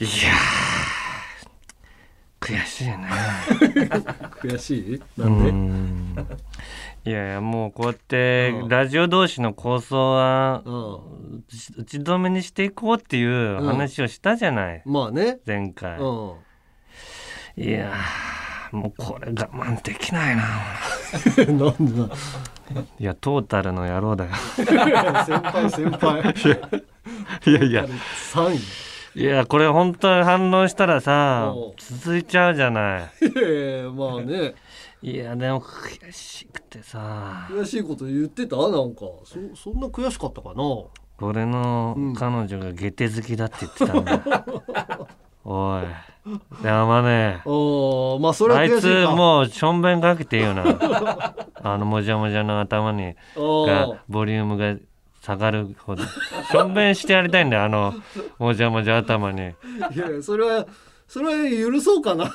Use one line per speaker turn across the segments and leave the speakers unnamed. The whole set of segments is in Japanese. いやー悔しいね
悔しいな
うん
で
んいやいやもうこうやって
うん
ラジオ同士の構想は
うん
し打ち止めにしていこうっていう話をしたじゃない、
まあね
前回、
うん
いやーもうこれ我慢できないな
なん でだ
いやトータルの野郎だよ
先輩先輩
いやいや
3位
いやこれ本当に反応したらさ
おう
続いちゃうじゃない
ええまあね
いやでも悔しくてさ
悔しいこと言ってたなんかそそんな悔しかったかな
俺の彼女が下手好きだって言ってたんだ、 おい山根
あまあそれは
あい
悔しい
つ
か
もうしょんべんかけていいよ なあのもじゃもじゃの頭に
あ
がボリュームが下がるほどしょんべんしてやりたいんだよあのもじゃもじゃ頭に
あいやいやそれはそれは許そうかな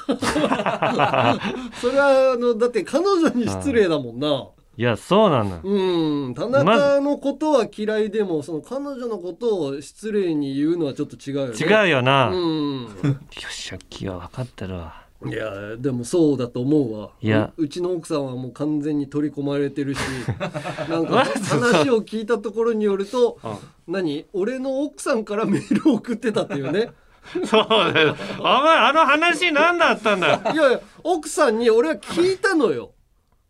それはあのだって彼女に失礼だもんない
やそうなのよ
うん田中のことは嫌いでもその彼女のことを失礼に言うのはちょっと違うよね
違うよな、よ
う
しょきは分かってるわ
んいやでもそうだと思うわ
いや
ううちの奥さんはもう完全に取り込まれ てるしなんか話を聞いたところによると何俺の奥さんからメールを送ってたってい うね
そうだよお前あの話何だったんだよ
いやいや奥さんに俺は聞いたのよ。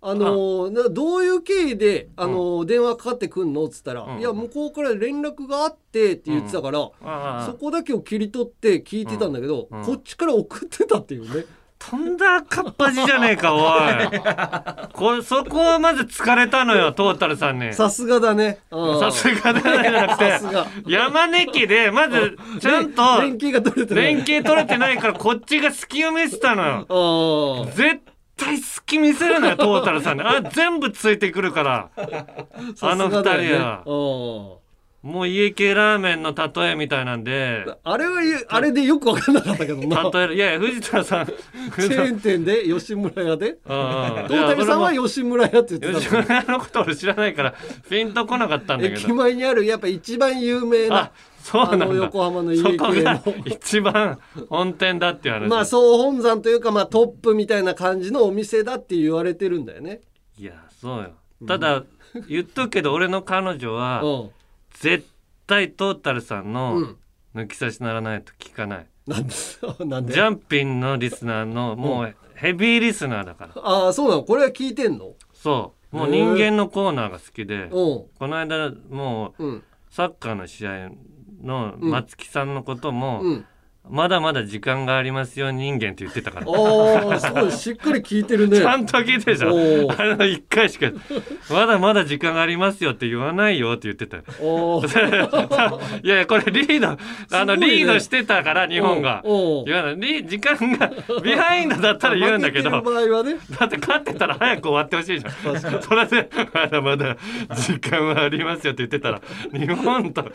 あのーなどういう経緯で、あのー電話かかってくんのっつったら、
うん
いや向こうから連絡があってって言ってたから、
ああ
そこだけを切り取って聞いてたんだけど、
うんうん
こっちから送ってたっていうね。
とんだかっぱじじゃねえかおいこれそこはまず疲れたのよトータルさんにさ
さすがだね。うん
すがだなじゃなく
さ
て
すが。
山根家でまずちゃんと
連携が取れてない。
連携取れてないからこっちが隙を見せたのよ
あー
絶対隙見せるなよトータルさんにあ全部ついてくるから
さすがだよね
あのもう家系ラーメンの例えみたいなんで
うんあれはあれでよく分かんなかったけどな。
例えるいやいや藤田さん
チ
藤
ェ
田
ーン店で吉村屋
うん
で。
うん
トータルさんは吉村屋って言ってたの
吉村のこと俺知らないからピンとこなかったんだけ
駅
ど
前にあるやっぱ一番有名な
あそう
あ
なんだ
の横浜の
そ
家系
こが
の
一番本店だっていう話、
まあ総本山というかまあトップみたいな感じのお店だって言われてるんだよね。
いやそうよただ、言っとくけど俺の彼女は、
うん
絶対トータルさん
う
の
ん
「抜き差しならないと聞かない」
なんで なんで
ジャンピンのリスナーのもうヘビーリスナーだから、
ああそうなのこれは聞いてんの
そうもう人間のコーナーが好きで、
う
この間もうん
うん
サッカーの試合の松木さんのことも、
うん
まだまだ時間がありますよ人間って言ってたから。
ああすごいしっかり聞いてるね
ちゃんと聞いてるじゃん。
おー
あの一回しか、まだまだ時間がありますよって言わないよって言ってたよ。
おー
いやいや、これリード、あの、
すごいね
リードしてたから、日本が。
おうおう
言わないリ時間が、ビハインドだったら言うんだけど、
負てる場合はね
だって勝ってたら早く終わってほしいじゃん。それで、まだまだ時間はありますよって言ってたら、日本と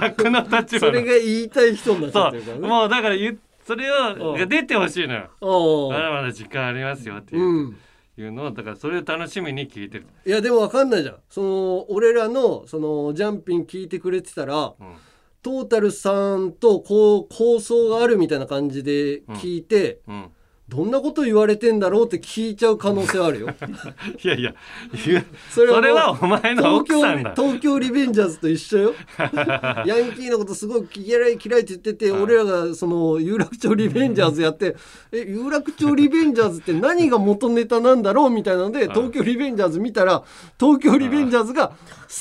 逆の立
そ
場
れ
の。
が言いたい人になっちゃ
そ
ってるから
う、
ね
もうだから言っ、それ
う
を、
ん
が出てほしいのよ。
おう
まだまだ時間ありますよっていう。
うん
いうのをだからそれを楽しみに聞いてる、
いやでもわかんないじゃんその俺らのそのジャンピン聞いてくれてたら
うん、
トータルさんとこう構想があるみたいな感じで聞いて、
うん、
どんなこと言われてんだろうって聞いちゃう可能性あるよ
いやい やいやそ
それはもう
れはお前の
東
奥
京
さんだ
東京リベンジャーズと一緒 よヤンキーのことすごく嫌い嫌いって言ってて、
はい
俺らがその有楽町リベンジャーズやってえ有楽町リベンジャーズって何が元ネタなんだろうみたいなので東京リベンジャーズ見たら東京リベンジャーズが好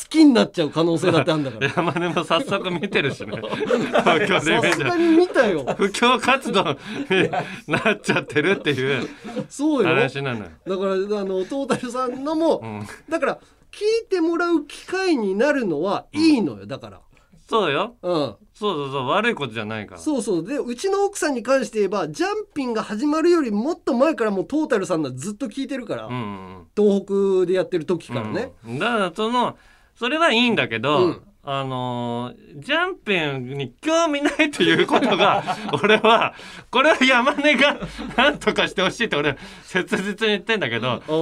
きになっちゃう可能性だってあるんだから
山根も早速見てるしね東京で
さ
見
す
て
がに見たよ
布教活動になっちゃってるっていう
そうよ
話なのよ
だからあのトータルさんのも、
ん
だから聞いてもらう機会になるのはいいのよだから、
そうよ
うん、
そうそうそう悪いことじゃないから
そうそうでうちの奥さんに関して言えばジャンピンが始まるよりもっと前からもうトータルさんのはずっと聞いてるから、
うんうん
東北でやってる時からね、
うん、だからそのそれはいいんだけど、
うん
あのージャンペンに興味ないということ が俺はこれは山根が何とかしてほしいって俺は切実に言ってんだけどそ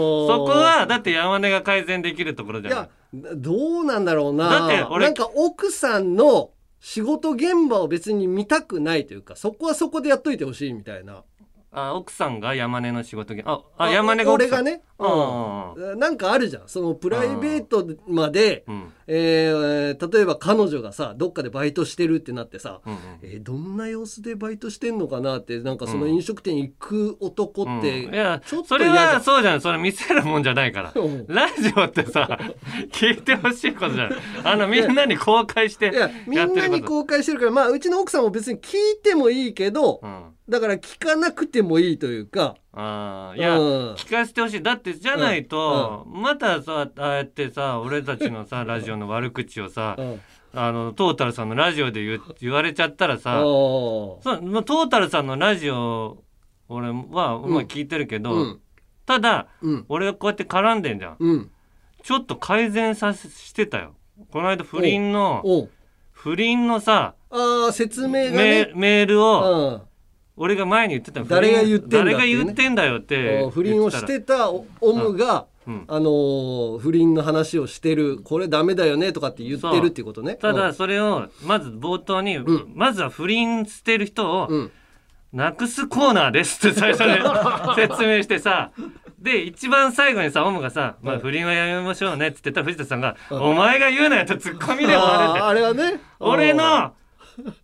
おー
こはだって山根が改善できるところじ
い
ゃない
やどうなんだろうな
だって俺
なんか奥さんの仕事現場を別に見たくないというかそこはそこでやっといてほしいみたいな
あ奥さんが山根の仕事げあ
あ
あ山根が奥
俺
さ
が
ん
ね、
うんうんうん
うん、なんかあるじゃんそのプライベートまで、
うん
えー例えば彼女がさどっかでバイトしてるってなってさ、
うん
えーどんな様子でバイトしてんのかなってなんかその飲食店行く男
うん
って、
うんいや
ちょっと
それ
嫌じゃ
は
ん
そうじゃんそれ見せるもんじゃないから
うん
ラジオって さ聞いてほしいことじゃないあのみんなに公開して
いやみ
やっ
ん
て
な
る
に
こと
公開してるからまあうちの奥さんも別に聞いてもいいけど、
うん
だから聞かなくてもいいというか
あーいや
うん
聞かせてほしいだってじゃないとまたさああやってさ俺たちのさラジオの悪口をさ
うん
あのトータルさんのラジオで言う言われちゃったらさ
あ
そうまあトータルさんのラジオ俺は
うん
まあ聞いてるけ
あ
ど、
うん
ただ
うん
俺がこうやって絡んでんじゃん
うん
ちょっと改善させしてたよこの間不倫の
おう
不倫のさ
ああ説明
メ
がね
ーメール
う
を
ん
俺が前に言ってた不倫
誰が言ってんだってね
誰が言ってんだよって
不倫をしてたオムが、
うん
あのー不倫の話をしてるこれダメだよねとかって言ってるっていうことね
た
う
だ
ん
それをまず冒頭に、
うん
まずは不倫してる人
う
を
ん
なくすコーナーですって最 初 に説明してさで一番最後にさオムがさ「ま
う
あ、
ん
不倫はやめましょうね」っつって言ったら藤田さんが「
うん
お前が言うなよ」とツッコミで終わ
あ
る
ー
て
あれはね
俺
うん
の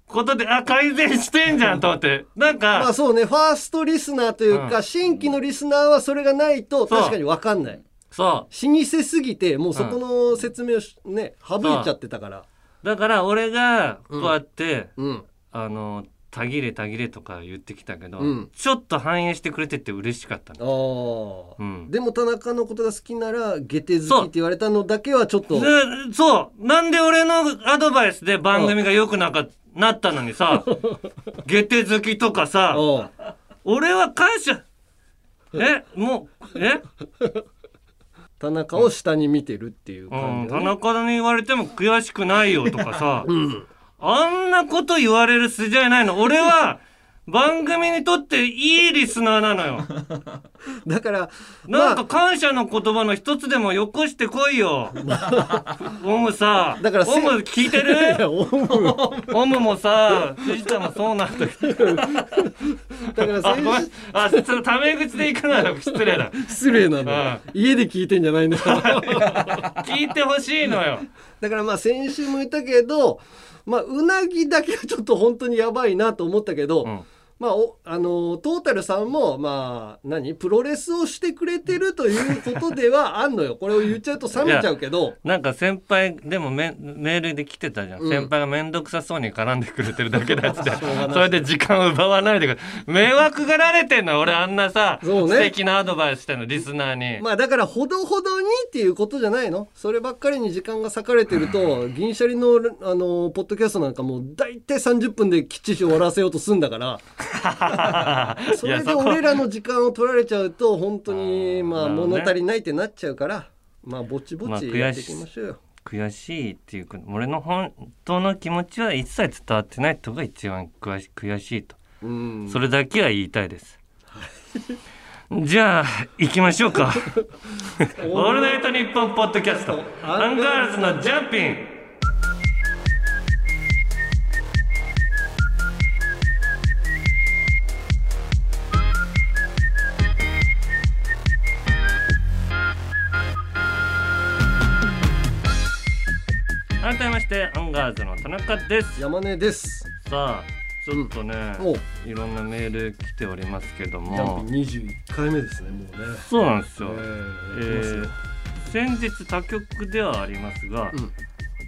ことであ改善してんじゃんと思ってなん
まあ
か
そうねファーストリスナーというか、
う
新規のリスナーはそれがないと
そう
確かに分かんない
そ
老舗すぎてもうそこの説明をしね省いちゃってたから
うだから俺がこうやって、
うん
あの「たぎれたぎれ」とか言ってきたけど、
うん
ちょっと反映してくれてて嬉しかった
あ
の。
ー、
うん
でも田中のことが好きなら「下手好き」っ
そう
て言われたのだけはちょっと
でそうなんで俺のアドバイスで番組が良くなかなったのに さ「下手好き」とかさ
うん
俺は感謝えも うえ、
田中を下に見てるっていう
う
感
ん、
じ、
田
ね
中に言われても悔しくないよとか さ、
ん
あんなこと言われる筋合いないの俺は番組にとっていいリスナーなのよ。
だから
なんか
ま
感謝の言葉の一つでもよこしてこい よ。オムさ、
だからせ
オム聞いて
あいや
る
オウム
オムもさ、藤田もそうなんだけど。
だから
あ、ご
先
めん。あ、ちょっとタメ口で行くなら失礼だ。
失礼なのよ家で聞いてんじゃないんだから
聞いてほしいのよ。
だからまあ先週も言ったけどまあうなぎだけはちょっと本当にやばいなと思ったけど、
うん
まあおあのートータルさんもまあ何プロレスをしてくれてるということ ではあんのよこれを言っちゃうと冷めちゃうけど
なんか先輩でもメメールで来てたじゃん、
うん
先輩が面倒くさそうに絡んでくれてるだけだっつ ってそれで時間を奪わないでくれ迷惑がられてんの俺あんなさ、
そうね
素敵なアドバイスしてんのリスナーに、
まあだからほどほどにっていうことじゃないのそればっかりに時間が割かれてると銀シャリの、あのーポッドキャストなんかもう大体30分できっちり終わらせようとすんだから そ
い
れ
や
で
そこ
俺らの時間を取られちゃうと本当に
あー
まあ
なるほど
物
ね
足りないってなっちゃうからまあぼちぼ
まあ
ち
悔し
やっていきましょうよ。
悔しいっていうか俺の本当の気持ちは一切伝わってないとが一番悔し悔しいと、
うん
それだけは言いたいですじゃあ行きましょう かオールナイトニッポンポッドキャストアンガールズのジャンピン改めましてアンガールズの田中です
山根です。
さあちょっとね、
お
いろんなメール来ておりますけど
ジャン
も
ピ二十一回目ですねもうね。
そうなんです
え
よ、え
ーやってますよ
ー先日他局ではありますが、
うん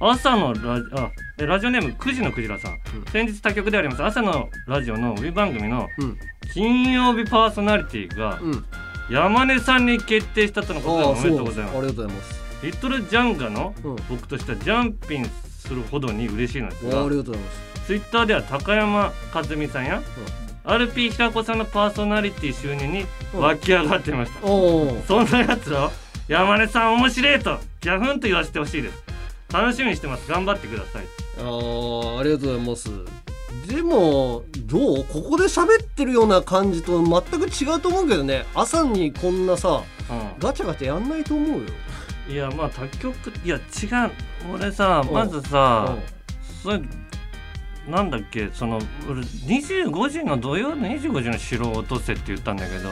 朝のラジあえラジオネーム9時のクジラさん、
うん
先日他局であります朝のラジオの帯番組の
うん
金曜日パーソナリティが
うん。
山根さんに決定したとのことで
あ
お
あ
め
そ
で
う
とう
なん
ご
です
ざいます
ありがとうございます。
リトルジャンガの
うん。
僕としてはジャンピンするほどに嬉しいのです
ああ
が
りがとうございます。
ツイッターでは高山和美さんや、RP 平子さんのパーソナリティ就任に湧き上がっていました
おお。
そんなやつを山根さん面白いとギャフンと言わせてほしいです楽しみにしてます頑張ってください
ああありがとうございます。でもどうここで喋ってるような感じと全く違うと思うけどね朝にこんなさガチャガチャやんないと思うよ。
いやまあ他局いや違う俺さ
うん
まずさ
うん
そういうなんだっけその俺25時の土曜の25時の城を落とせって言ったんだけど、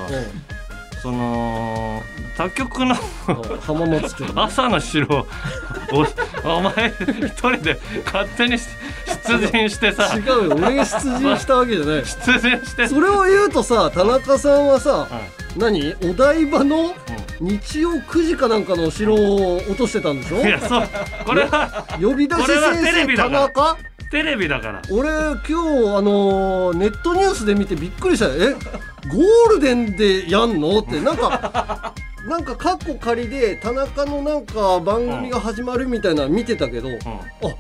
その他局の
うん浜松県ね
朝の城をおお前一人で勝手にし出陣してさ
違うよ俺が出陣したわけじゃない
出陣して
それを言うとさ田中さんはさ
うん
何お台場の
う
日曜9時かなんかのお城を落としてたんでしょ
んいやそうこれは
呼び出し
これはテレ
先
ビ
生
だ
田
から
中
テレビだから
俺今日あのーネットニュースで見てびっくりしたよえゴールデンでやんのってなんかなんかカッコ仮で田中のなんか番組が始まるみたいなの見てたけど、あ
う
ゴ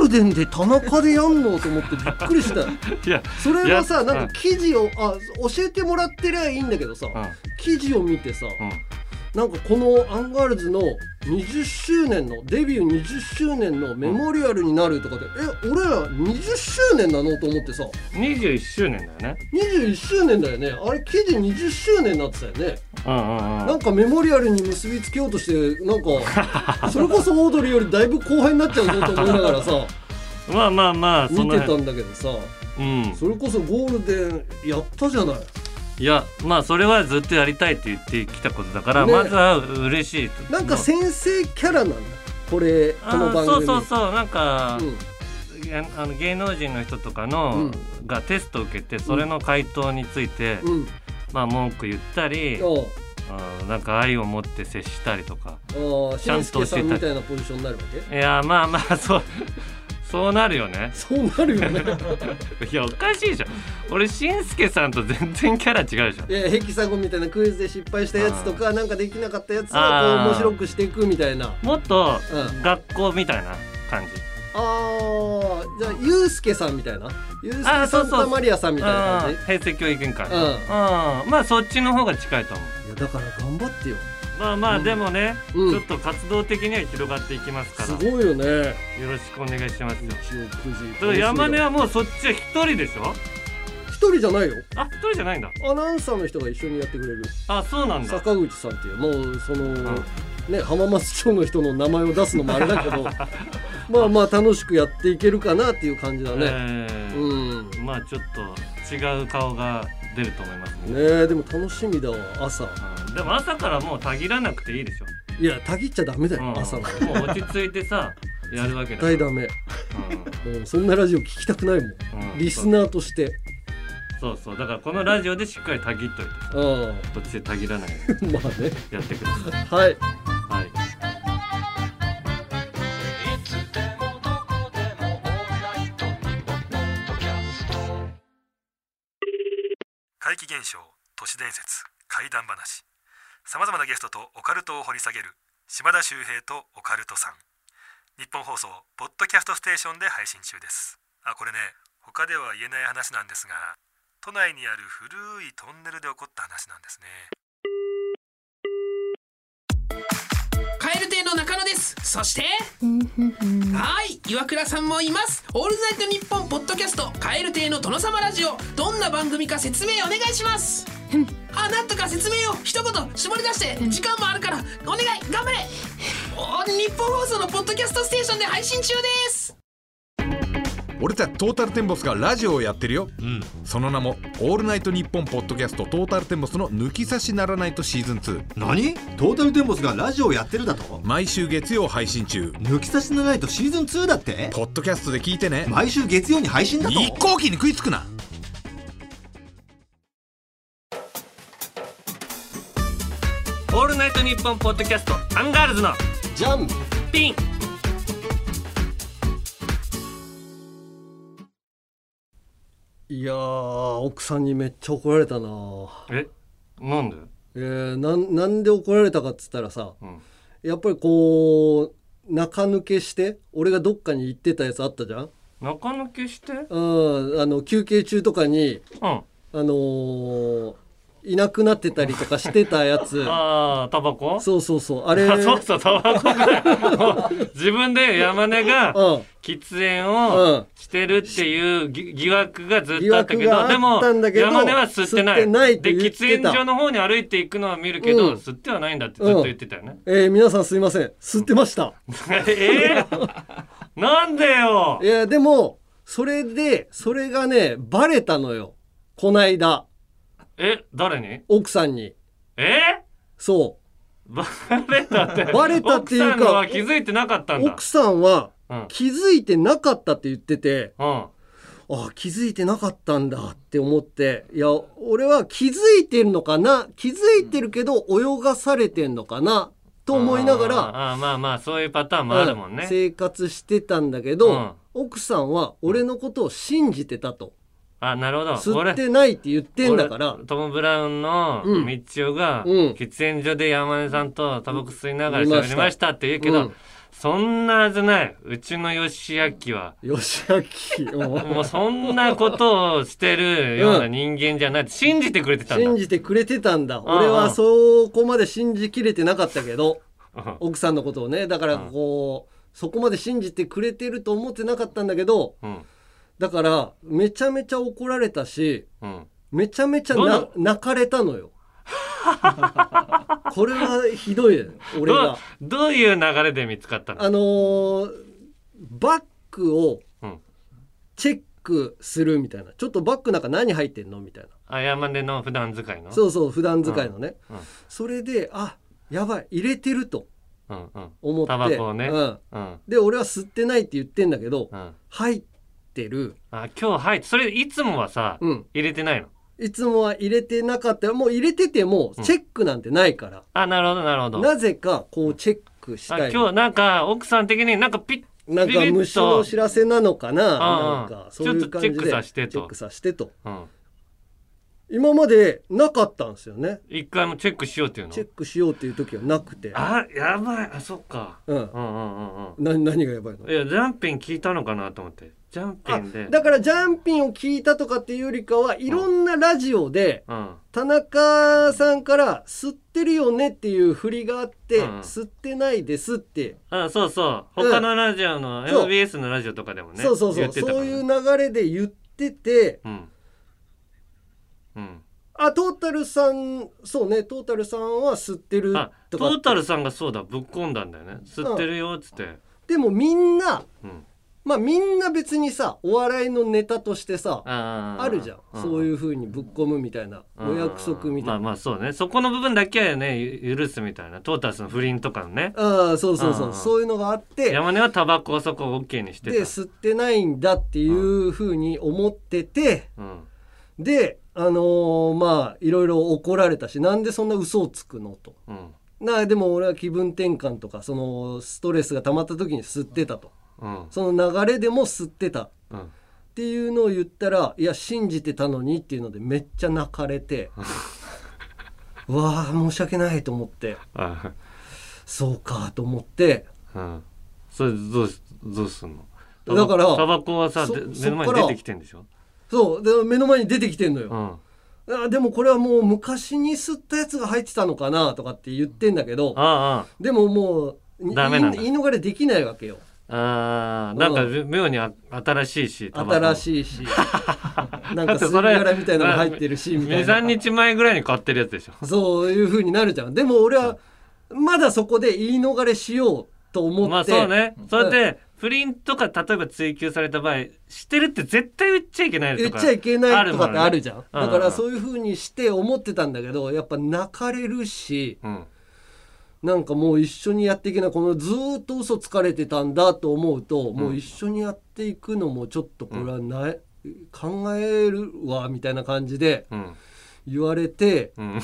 ールデンで田中でやんのと思ってびっくりし たよ
んいや
それはさ
いや
なんか記事をあ教えてもらってりゃいいんだけどさ、
うん
記事を見てさ、
うん
なんかこのアンガールズの20周年のデビュー20周年のメモリアルになるとかで、え俺ら20周年なのと思ってさ
21周年だよね
21周年だよねあれ記事20周年になってたよね、
うんうんうん
なんかメモリアルに結びつけようとしてな んかそれこそオードリーよりだいぶ後輩になっちゃうぞと思いながらさ
まあまあまあそ
見
の
てた
辺
んだけどさ
うん
それこそゴールデンやったじゃない
いやまあそれはずっとやりたいって言ってきたことだから、
ね
まずは嬉しいと
なんか先生キャラなんだこれこ
あー
の番組
そうそうそうなんか、
うん
いやあの芸能人の人とかの、がテストを受けてそれの回答について、
うん
まあ文句言ったり、
ああ
あーなんか愛を持って接したりとか
ああ、
ちゃんと教えた
俊介さんみたいなポジションになるわけ
いやまあまあそうそうなるよね
そうなるよね。
いやおかしいじゃん俺しんすけさんと全然キャラ違うじゃん
いや、ヘキサゴンみたいなクイズで失敗したやつとか、なんかできなかったやつ
あ
は
ー
こう面白くしていくみたいな。あ
もっと
うん
学校みたいな感じ、
あ、じゃあ、ユウスケさんみたいな。ユウスケ
あ
さ
ーそうんそう
とマリアさんみたいな
あ
感
ー平成教育委員会、
じ。う
うん
ん。
まあそっちの方が近いと思う
いや、だから頑張ってよ。
まあまあ
うん
でもね、
う
ち
ん
ょっと活動的には広がっていきますから
すごいよね。
よろしくお願いしますよ
一応
だ
9
から
時。
山根はもうそっちは一人でしょ
一人じゃないよ。
あ一人じゃないんだ
アナウンサーの人が一緒にやってくれる
あそうなんだ
坂口さんっていうもうその、ね浜松町の人の名前を出すのもあれだ けどまあまあ楽しくやっていけるかなっていう感じだね。
えー
うん。ね
まあちょっと違う顔が出ると思いますね
えでも楽しみだわ朝
うんでも朝からもうたぎらなくていいでしょ、
いやたぎっちゃダメだ
う
よ、
ん、
朝は
もう落ち着いてさやるわけだ
絶対ダメ、うん、そんなラジオ聞きたくないもん
うんうん
リスナーとして
そうそうだからこのラジオでしっかりたぎっといて
うん
こっちでたぎらないよう
まあね
にやってください
はい
はい
いつでもどこでもオールナイトニッポンポッドキャスト
怪奇現象都市伝説怪談話さまざまなゲストとオカルトを掘り下げる島田秀平とオカルトさん日本放送ポッドキャストステーションで配信中ですあこれね他では言えない話なんですが都内にある古いトンネルで起こった話なんですね
カエル亭の中野ですそしてはい岩倉さんもいますオールナイトニッポンポッドキャストカエル亭の殿様ラジオどんな番組か説明お願いしますあなんとか説明を一言絞り出して時間もあるからお願い頑張れお日本放送のポッドキャストステーションで配信中です
俺たちトータルテンボスがラジオをやってるよ、その名も「オールナイトニッポン」ポッドキャストトータルテンボスの「抜き差しならないと」シーズン2
何トータルテンボスがラジオをやってるだと
毎週月曜配信中
抜き差しならないとシーズン2だって
ポッドキャストで聞いてね
毎週月曜に配信だと
一向機に食いつくな
「オールナイトニッポン」ポッドキャストアンガールズの
じゃん
ピン
いやー奥さんにめっちゃ怒られたな
えなんで
えー、なんなんで怒られたかっつったらさ、
ん
やっぱりこう中抜けして俺がどっかに行ってたやつあったじゃん
中抜けしてうん
うんあの休憩中とかに
あ
あのーいなくなってたりとかしてたやつ
あータバコ
そうそうそうあれ
あそうそうタバコだよもう自分で山根が
うん
喫煙
う
を
ん
してるっていうぎ疑惑がずっ
疑
とあったけ
惑
ど
が
で
あ
も
ったんだけど
山根は吸ってない
吸ってないって
で
言ってた
喫煙所の方に歩いていくのは見るけど、
うん
吸ってはないんだってずっと言ってたよね、
えー皆さんすいません吸ってました、
えー、なんでよ
いやでもそれで、それがね、バレたのよ。こないだ、
え誰に
奥さんに。
え
そ
バレたって
バレたっていうか
奥さんのは気づいてなかったん
う。
だ
奥さんは
うん
気づいてなかったって言ってて、
うん
あ気づいてなかったんだって思っていや俺は気づいてるのかな気づいてるけど泳がされてんのかなと思いながら、
あーあーまあまあそういうパターンもあるもんね、
生活してたんだけど、
うん
奥さんは俺のことを信じてたと
あなるほど
吸ってないって言ってんだから
俺トム・ブラウンの
うん
みちおが、
うん
喫煙所で山根さんとタバコ吸いながら喋りましたって言うけ
う
ど、
ん
そんなはずないうちの吉明は
吉 明
も
を
うそんなことをしてるような人間じゃないって信じてくれてたんだ
信じてくれてたんだ
んうん
俺はそこまで信じきれてなかったけど奥さんのことをねだからこう、そこまで信じてくれてると思ってなかったんだけど
うん
だからめちゃめちゃ怒られたし
うん
めちゃめちゃ
どうな
な泣かれたのよ これはひどいよ俺
どう
が
どういう流れで見つかったの
あのーバッグを
うん
チェックするみたいなちょっとバッグなんか何入ってんのみたいな
あ山根の普段使いの
そうそう普段使いのね、
うんうん
それであやばい入れてると
うんうん
思って
タバコをね
うん、
うん
で俺は吸ってないって言ってんだけど、
うん
入ってる
あ今日はいそれいつもはさ、
うん
入れてないの
いつもは入れてなかったもう入れててもチェックなんてないから、
あなるほどなるほど
なぜかこうチェックした
あ
い
今日なんか奥さん的になんかピッ
なんか虫の知らせなのかな
あ
な
あ
んかそういう感じで
ちょっとチェックさせてと
チェックさせてと
うん、
今までなかったんですよね
一回もチェックしようっていうの
チェックしようっていう時はなくて、
あやばいあそっか
うん、
うんうんうんう
な何がやばいの
んいやジャンピン聞いたのかなと思ってジャンピ
あ
ンで
だからジャンピンを聞いたとかっていうよりかはいろんなラジオで
うん
田中さんから「吸ってるよね」っていう振りがあって
う
「
ん
吸ってないです」って、
あそうそう
うん
他のラジオの
そう
MBS のラジオとかでもね
そうそうそ
言っ
う
てたから
そう
ね
いう流れで言ってて
うんうん
あトータルさんそうねトータルさんは吸ってる
あト
とか
ータルさんがそうだぶっ込んだんだよね吸ってるよっつって
でもみんな
うん
まあみんな別にさお笑いのネタとしてさ
あー
あるじゃん、そういう風にぶっ込むみたいな、
うん
お約束みたいな、
まあまあそうねそこの部分だけはねゆ許すみたいなトータルさんの不倫とかのね
ああそうそう
う
そ
ん
うそういうのがあって
山根はタバコをそこを OK にして
で
た
吸ってないんだっていうふうに思ってて
うん
であのーまあいろいろ怒られたしなんでそんな嘘をつくのと
うん
なあでも俺は気分転換とかそのストレスが溜まった時に吸ってたと
うん
その流れでも吸ってたっ
うん
ていうのを言ったらいや信じてたのにっていうのでめっちゃ泣か れてうわあ申し訳ないと思って
あ
そうかと思って
うんそれどうしどうすんのタバ
だから
タバコはさ
そ
で目
そっ
の前
か
に
ら
出てきてんでしょ
そうで目の前に出てきてんのよ、
うん
あでもこれはもう昔に吸ったやつが入ってたのかなとかって言ってんだけど
あ
でももう
ダメなんだ
言い言い逃れできないわけよ
あああなんか妙にあ新しいしタバコ
新しい しな
だ
んか
って
吸い
それ
殻みたいなのも入ってるしみたい
23
な
日前ぐらいに買ってるやつでしょ
そういう風になるじゃんでも俺はまだそこで言い逃れしようと思って、
まあそうねそれで不倫とか例えば追求された場合してるって絶対言っちゃいけないと
言っ
か
ちゃいけないとかってあるじゃん、
あるもんねうん
だか
うんうん
らそういう風にして思ってたんだけどやっぱ泣かれるし
うん
なんかもう一緒にやっていけないこのずーっと嘘つかれてたんだと思うと、もう一緒にやっていくのもちょっとこれはない、考えるわみたいな感じで
うん
言われて、
うん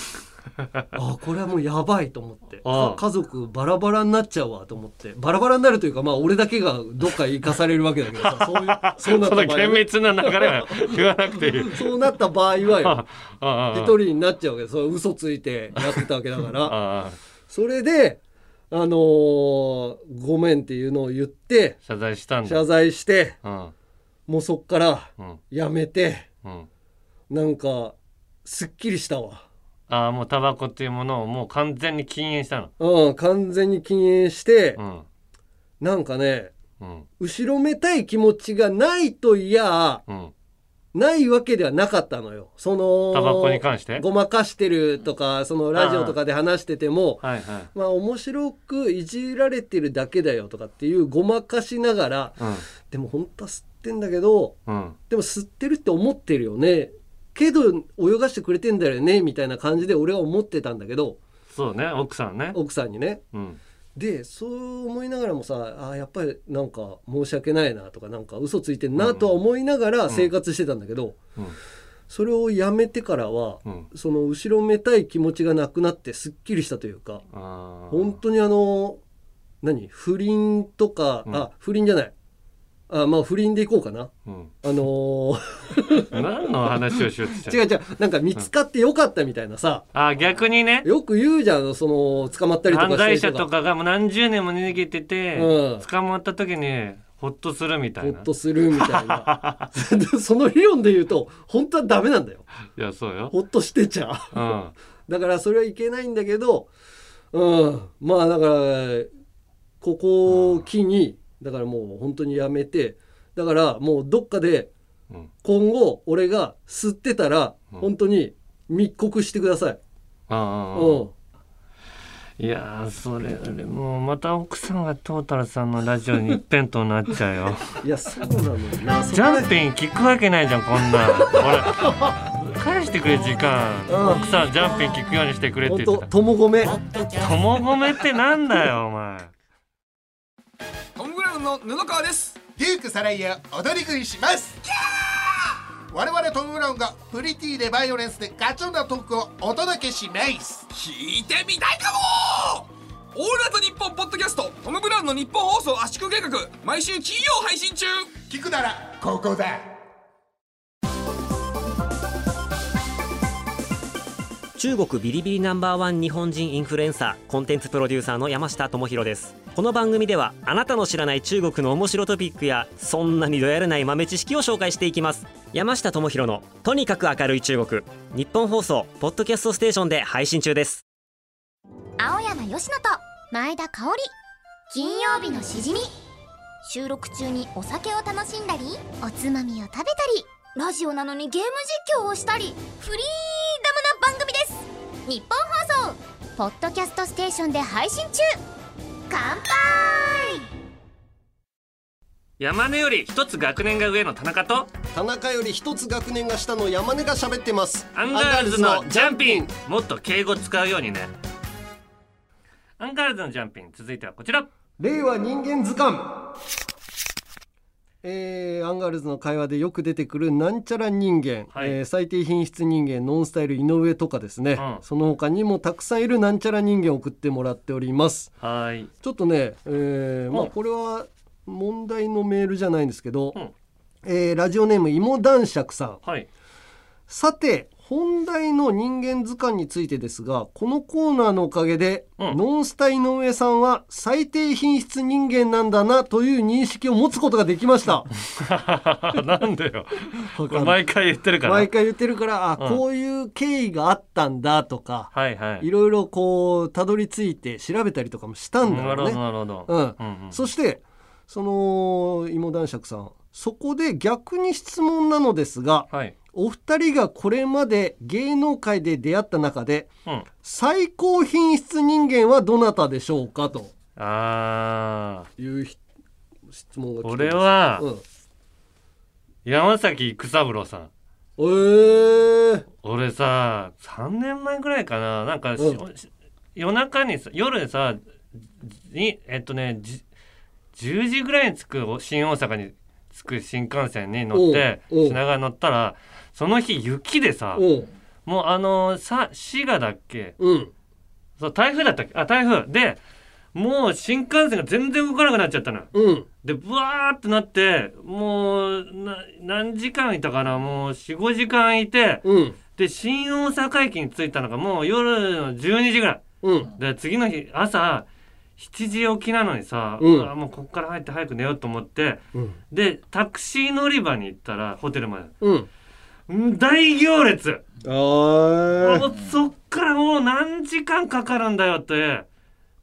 あこれはもうやばいと思って
ああ
か家族バラバラになっちゃうわと思ってバラバラになるというかまあ俺だけがどっか行かされるわけだけど さそういうそうなっ
その
た場合
厳
はね
密な流れは言わなくていい。
そうなった場合はよ
ああ
一人になっちゃうわけそれ嘘ついてやってたわけだから。
ああ
それで、あのーごめんっていうのを言って、
謝罪したんだ。
謝罪して、
うん
もうそっから
うん
やめて、
うん。
なんか、すっきりしたわ。
ああもうタバコっていうものをもう完全に禁煙したの。
うん、完全に禁煙して
う、ん
なんかね、
うん
後ろめたい気持ちがないといや、
うん。
ないわけではなかったのよ。その、
タバコに関して
ごまかしてるとか、そのラジオとかで話してても、
はいはい。
まあ面白くいじられてるだけだよとかっていうごまかしながら、
うん
でも本当は吸っってんだけど
うん
でも吸ってるって思ってるよねけど泳がしてくれてんだよねみたいな感じで俺は思ってたんだけど
そうね奥さんね
奥さんにね
うん
でそう思いながらもさあーやっぱりなんか申し訳ないなとかなんか嘘ついてんなとは思いながら生活してたんだけど、
うん
それをやめてからは、
うん
その後ろめたい気持ちがなくなってすっきりしたというか
あー
本当にあの何不倫とか、
うん
あ不倫じゃないあまあ不倫でいこうかな
うん
あ のー
何の話をしようって
違う違うなんか見つかってよかったみたいなさ、
あ逆にね
よく言うじゃんその捕まったりとか
犯
して
罪者とかがもう何十年も逃げてて、
うん
捕まった時にホッとするみた
ほ
い
っ
な
とするみたいな その理論で言うと本当はダメなんだよ
いやそうよ、
ほっとしてちゃ
うん、あ
だからそれはいけないんだけどうんまあだからここを機にだからもう本当にやめてだからもうどっかで
うん
今後俺が吸ってたら
うん
本当に密告してください、
あ
うん、
いやーそれもうまた奥さんがトータルさんのラジオに一辺倒になっちゃうよ
いやそうなのよなそ
ジ
こ
ャ
だ
ン
け
ピン聞くわけないじゃんこんなん俺返してくれ時間、
うん
奥さんジャンピン聞くようにしてくれっ
本
て言っ
当
てた
ともごめ
友米ってなんだよお前
トム・ブラウンの布川です
デュークサライヤ踊り食いします我々トム・ブラウンがプリティでバイオレンスでガチョンなトークをお届けします
聞いてみたいかもオールナイトニッポンポッドキャストトム・ブラウンの日本放送圧縮計画毎週金曜配信中
聞くならここだ
中国ビリビリナンバーワン日本人インフルエンサーコンテンツプロデューサーの山下智博ですこの番組ではあなたの知らない中国の面白トピックやそんなにどやらない豆知識を紹介していきます山下智博の「とにかく明るい中国」日本放送ポッドキャストステーションで配信中です
青山佳乃と前田香織金曜日のしじみ収録中にお酒を楽しんだりおつまみを食べたりラジオなのにゲーム実況をしたりフリーダムな番組です日本放送ポッドキャストステーションで配信中乾杯
山根より一つ学年が上の田中と
田中より一つ学年が下の山根が喋ってます
アンガールズのジャンピンもっと敬語使うようにねアンガールズのジャンピン続いてはこちら
令和人間図鑑えーアンガールズの会話でよく出てくるなんちゃら人間、
はい
えー最低品質人間ノンスタイル井上とかですね、
うん
その他にもたくさんいるなんちゃら人間を送ってもらっております
はい
ちょっとね、えーま
う
あ
ん
これは問題のメールじゃないんですけど、
うん
えーラジオネーム芋男爵さん
はい
さて本題の人間図鑑についてですがこのコーナーのおかげで、
うん
ノンスタ井上さんは最低品質人間なんだなという認識を持つことができました。
なんだよ これ
わかんない
毎回言ってるから
毎回言ってるからあ、
うん
こういう経緯があったんだとか、、
はいはい
ろいろこうたどり着いて調べたりとかもしたんだ
なるほ
ろう
ど
ね。
なるほど、
うん
うんうん
そしてその芋男爵さんそこで逆に質問なのですが
はい、
お二人がこれまで芸能界で出会った中で
うん、
最高品質人間はどなたでしょうかと
あー
いうひ質問が来てます
俺、は
うん、
山崎育三郎さん
えー、
俺さ3年前ぐらいかななんかし、
う
し夜中にさ夜さにえっとねじ10時ぐらいに着くお新大阪に着く新幹線に乗って
おうおう
品川に乗ったらその日雪でさ
うん
もうあのさ滋賀だっけ
うん
そう台風だったっけあ台風でもう新幹線が全然動かなくなっちゃったのよ
うん
でブワーってなってもうな何時間いたかなもう45時間いて
うん
で新大阪駅に着いたのがもう夜の12時ぐらい
うん
で次の日朝7時起きなのにさ、
うん
あもうこっから入って早く寝ようと思って
うん
でタクシー乗り場に行ったらホテルまで
うん
うん大行列、
あー
もうそっからもう何時間かかるんだよって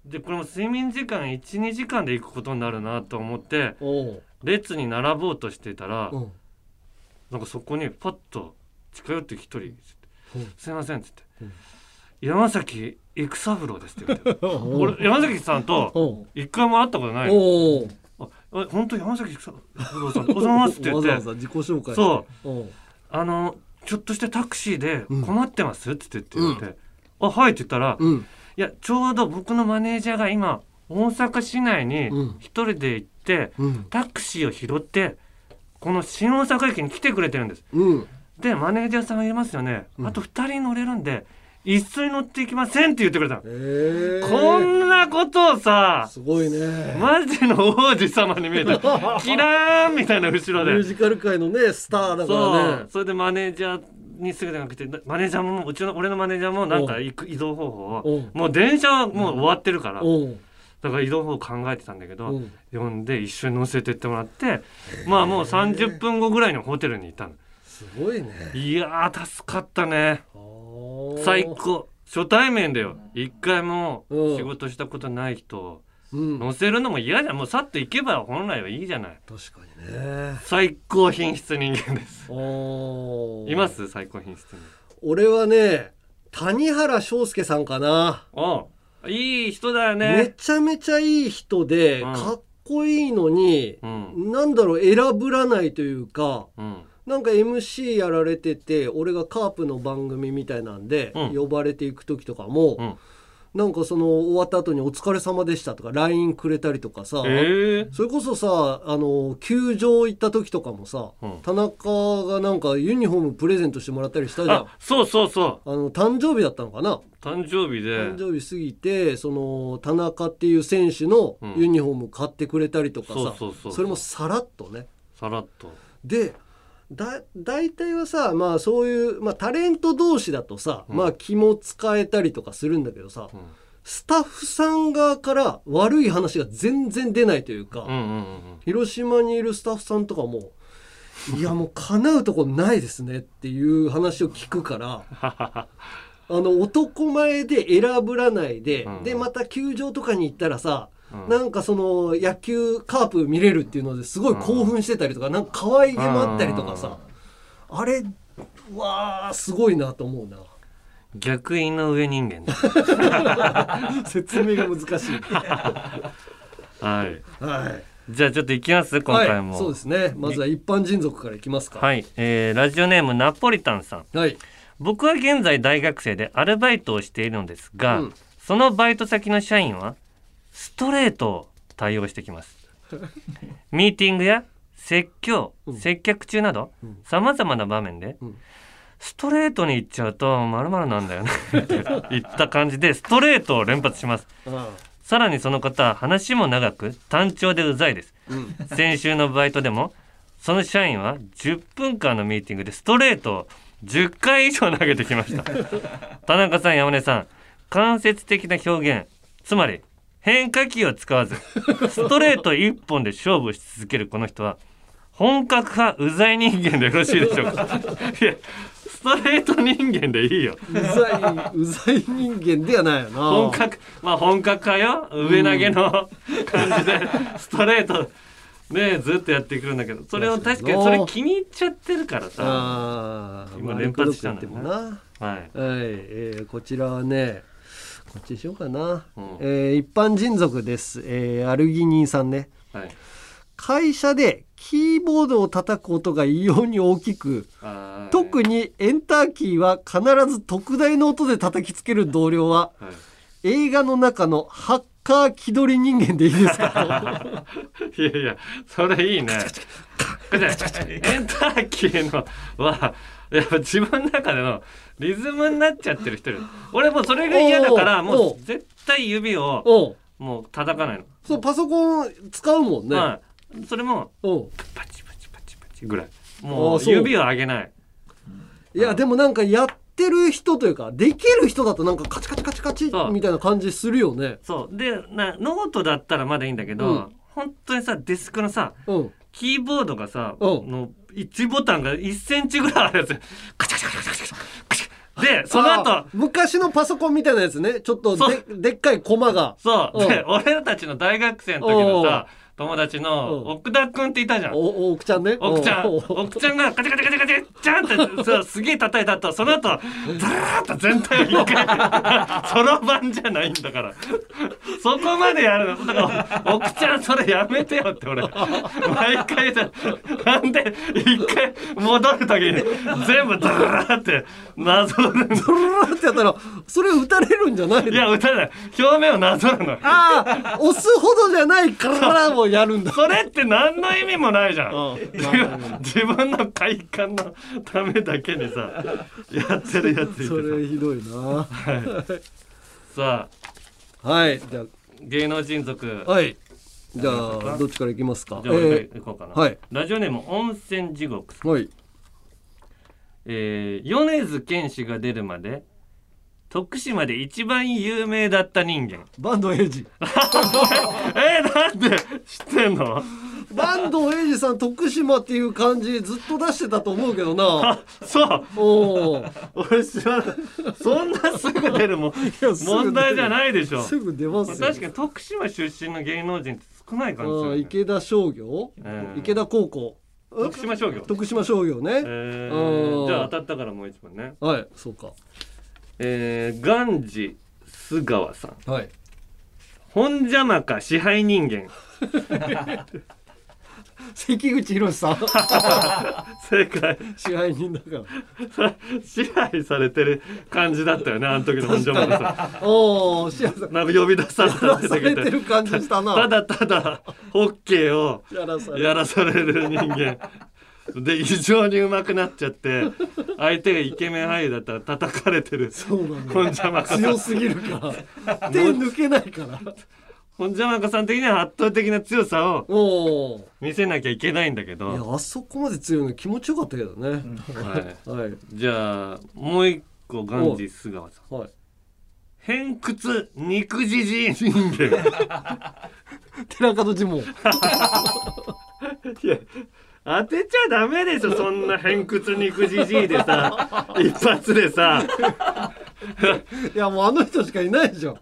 でこれも睡眠時間12時間で行くことになるなと思って
おう
列に並ぼうとしてたら、
うん
なんかそこにパッと近寄って一人「
うん
すいません」っつって「山崎 育三郎です」って言われて俺山崎さんと
おう
一回も会ったことないの
おう
ああ本当山崎さん不動さんおはようございますって言っ
わざわ
て
ざ自己紹介、
そう
うん、
あのちょっとしたタクシーで困ってますって言って言って、あはいって言ったら、
うん
いやちょうど僕のマネージャーが今大阪市内に
うん
一人で行って、
うん
タクシーを拾ってこの新大阪駅に来てくれてるんです
うん
でマネージャーさんがいますよね、あと2人乗れるんで一緒に乗っていきませんって言ってくれたの、
えー、
こんなことをさ
すごいね
マジの王子様に 見えたキラーンみたいな後ろ
ミュー
で
ジカル界のねスターだから
そ
ね
うそれでマネージャーにすぐ電話来てマネージャーもうちの俺のマネージャーもなんか移移動方法
お
を
う
もう電車はもう終わってるから
うん
だから移動方法考えてたんだけど
うん
呼んで一緒に乗せてってもらってまあもう30分後ぐらいのホテルにいたの
すごいね
いやー助かったね
あー
最高初対面だよ一回も
うん
仕事したことない人を
うん
乗せるのも嫌じゃんもうさっと行けば本来はいいじゃない
確かにね
最高品質人間です
おー
います最高品質人間
俺はね谷原章介さんかな、
おういい人だよ
め
ね。
ちゃめちゃいい人で、
うん
かっこいいのに
う、ん。
なんだろう選ぶらないというか
うん。
なんか MC やられてて俺がカープの番組みたいなんで、
うん
呼ばれていく時とかも、
うん
なんかその終わった後に「お疲れ様でした」とか LINE くれたりとかさ、
ええ
それこそさあの球場行った時とかもさ、
うん
田中がなんかユニフォームプレゼントしてもらったりしたじゃん
あ、そうそうそ
あの誕生日だったのかな
う。誕生日で
誕。生日過ぎてその田中っていう選手の
うん
ユニフォーム買ってくれたりとか
そう
さ
そうそう
それもさらっとね
さらっと。
でだ大体はさまあそういう、まあ、タレント同士だとさ、まあ気も使えたりとかするんだけどさ、
ん
スタッフさん側から悪い話が全然出ないというか、
うんうんうん
広島にいるスタッフさんとかも「いやもう叶うとこないですね」っていう話を聞くから。あの男前で選ぶらないで、
うん
でまた球場とかに行ったらさ、
うん
なんかその野球カープ見れるっていうのですごい興奮してたりとか、なんか可愛げもあったりとかさ、あれわあすごいなと思うな
うん。逆位の上人間だ。
説明が難しい
はい。
はい
じゃあちょっと行きます今回も。
はい、そうですねまずは一般人族からいきますか
はい。えーラジオネームナポリタンさん。
はい
僕は現在大学生でアルバイトをしているのですが、
うん
そのバイト先の社員はストレートを対応してきます ミーティングや説教、接客中などさまざまな場面で、
ん
ストレートに行っちゃうとまるなんだよね って言った感じでストレートを連発します
あ
さらにその方は話も長く単調でうざいです、先週のバイトでもその社員は10分間のミーティングでストレートを10回以上投げてきました田中さん山根さん間接的な表現つまり変化球を使わずストレート1本で勝負し続けるこの人は本格派うざい人間でよろしいでしょうかいやストレート人間でいいよ
うざいうざい人間ではないよな
本格まあ本格かよ上投げの感じでストレートねずっとやってくるんだけどそれを確かにそれ気に入っちゃってるからさ、
ああ
今連発したんだよな
もな
はい、
はい、えーこちらはねこっちにしようかな、
うん
えー一般人族です、えーアルギニーさんね
はい、
会社でキーボードを叩く音が異様に大きく
あー
特にエンターキーは必ず特大の音で叩きつける同僚は
はい
映画の中のハッカー気取り人間でいいですか
いやいやそれいいねこれねエンターキーのはやっぱ自分の中でのリズムになっちゃってる人いる俺もうそれが嫌だから
おうお
も
う
う絶対指を
おう
もう叩かないの、
そうパソコン使うもんね、
はい、それも
おう
パチパチパチパチぐらいも
あ
う
ーそう
指を上げない
いやでもなんかやってる人というかできる人だとなんかカチカチカチカチ
そう
みたいな感じするよね
そうでなノートだったらまだいいんだけど、
うん
本当にさデスクのさ
うん
キーボードがさ、
うん
の1ボタンが1センチぐらいあるやつカチャカチャカチャカチャカチャでその
あ
後
ー昔のパソコンみたいなやつねちょっと
そ
ででっかいコマが
そう、で
う
俺たちの大学生の時のさ友達の
うん
奥田くんっていたじゃん
お、おくちゃんね。
奥ちゃん
お
奥ちゃんがカチャカチャカチャカチャちゃんってそうすげえ叩いた後その後ザラーッと全体を一回 そろばんじゃないんだからそこまでやるのだから奥ちゃんそれやめてよって俺毎回さなんで一回戻る時に全部ザラーってなぞるの
ドロロロってやったら、それ打たれるんじゃないの
いや歌だ表面をなぞるの
ああ、押すほどじゃないからもやるんだ。
それって何の意味もないじゃん
うん
自分自分の快感のためだけに さやってるやついて
それひどいな。
ささあ
はい、じゃ
芸能人族
あ、はい。じゃあ、どっちからいきますか。
じゃあ俺から行こうかな、
はい
ラジオネーム温泉地獄、
ーはい。
えー、米津玄師が出るまで徳島で一番有名だった人間
バンドエイジ。
えー、なんで知ってんの
バンドエイジさん、徳島っていう感じ、ずっと出してたと思うけど な。
そう
おお。
俺知らないそんなすぐ出るもん
やすぐ出る
問題じゃないでしょ
すぐ出ます
まあ
よ。
確かに徳島出身の芸能人って少ない感じす
ああ
る、ね、
池田商業、
うん
池田高校、
徳島商業
徳島商業ね。
え
う
ー、
ん
じゃあ当たったからもう一問ね
はい、そうか。
えー、ガンジ須川さん
はい。
本邪魔か支配人間
関口 宏さん、
正解
支配人だから。
支配されてる感じだったよねあの時の本邪魔さ
おお、支配さん
んなんか呼び出されたって
されてる感じしたな。
ただただホッケーを
やらされ
やらされる人間で異常に上手くなっちゃって相手がイケメン俳優だったら叩かれてる
そうなの
本邪魔か
強すぎるから 手抜けないから
本邪魔かさん的には圧倒的な強さを
おお
見せなきゃいけないんだけ
いや
ど、
あそこまで強いの気持ちよかったけどね、
はい、
はい
じゃあもう一個ガンジー須川さん
はい
偏屈肉じじい人間
寺門ジモン
いや当てちゃダメでしょそんな偏屈肉じじいで さ一発でさ
いやもうあの人しかいないじゃん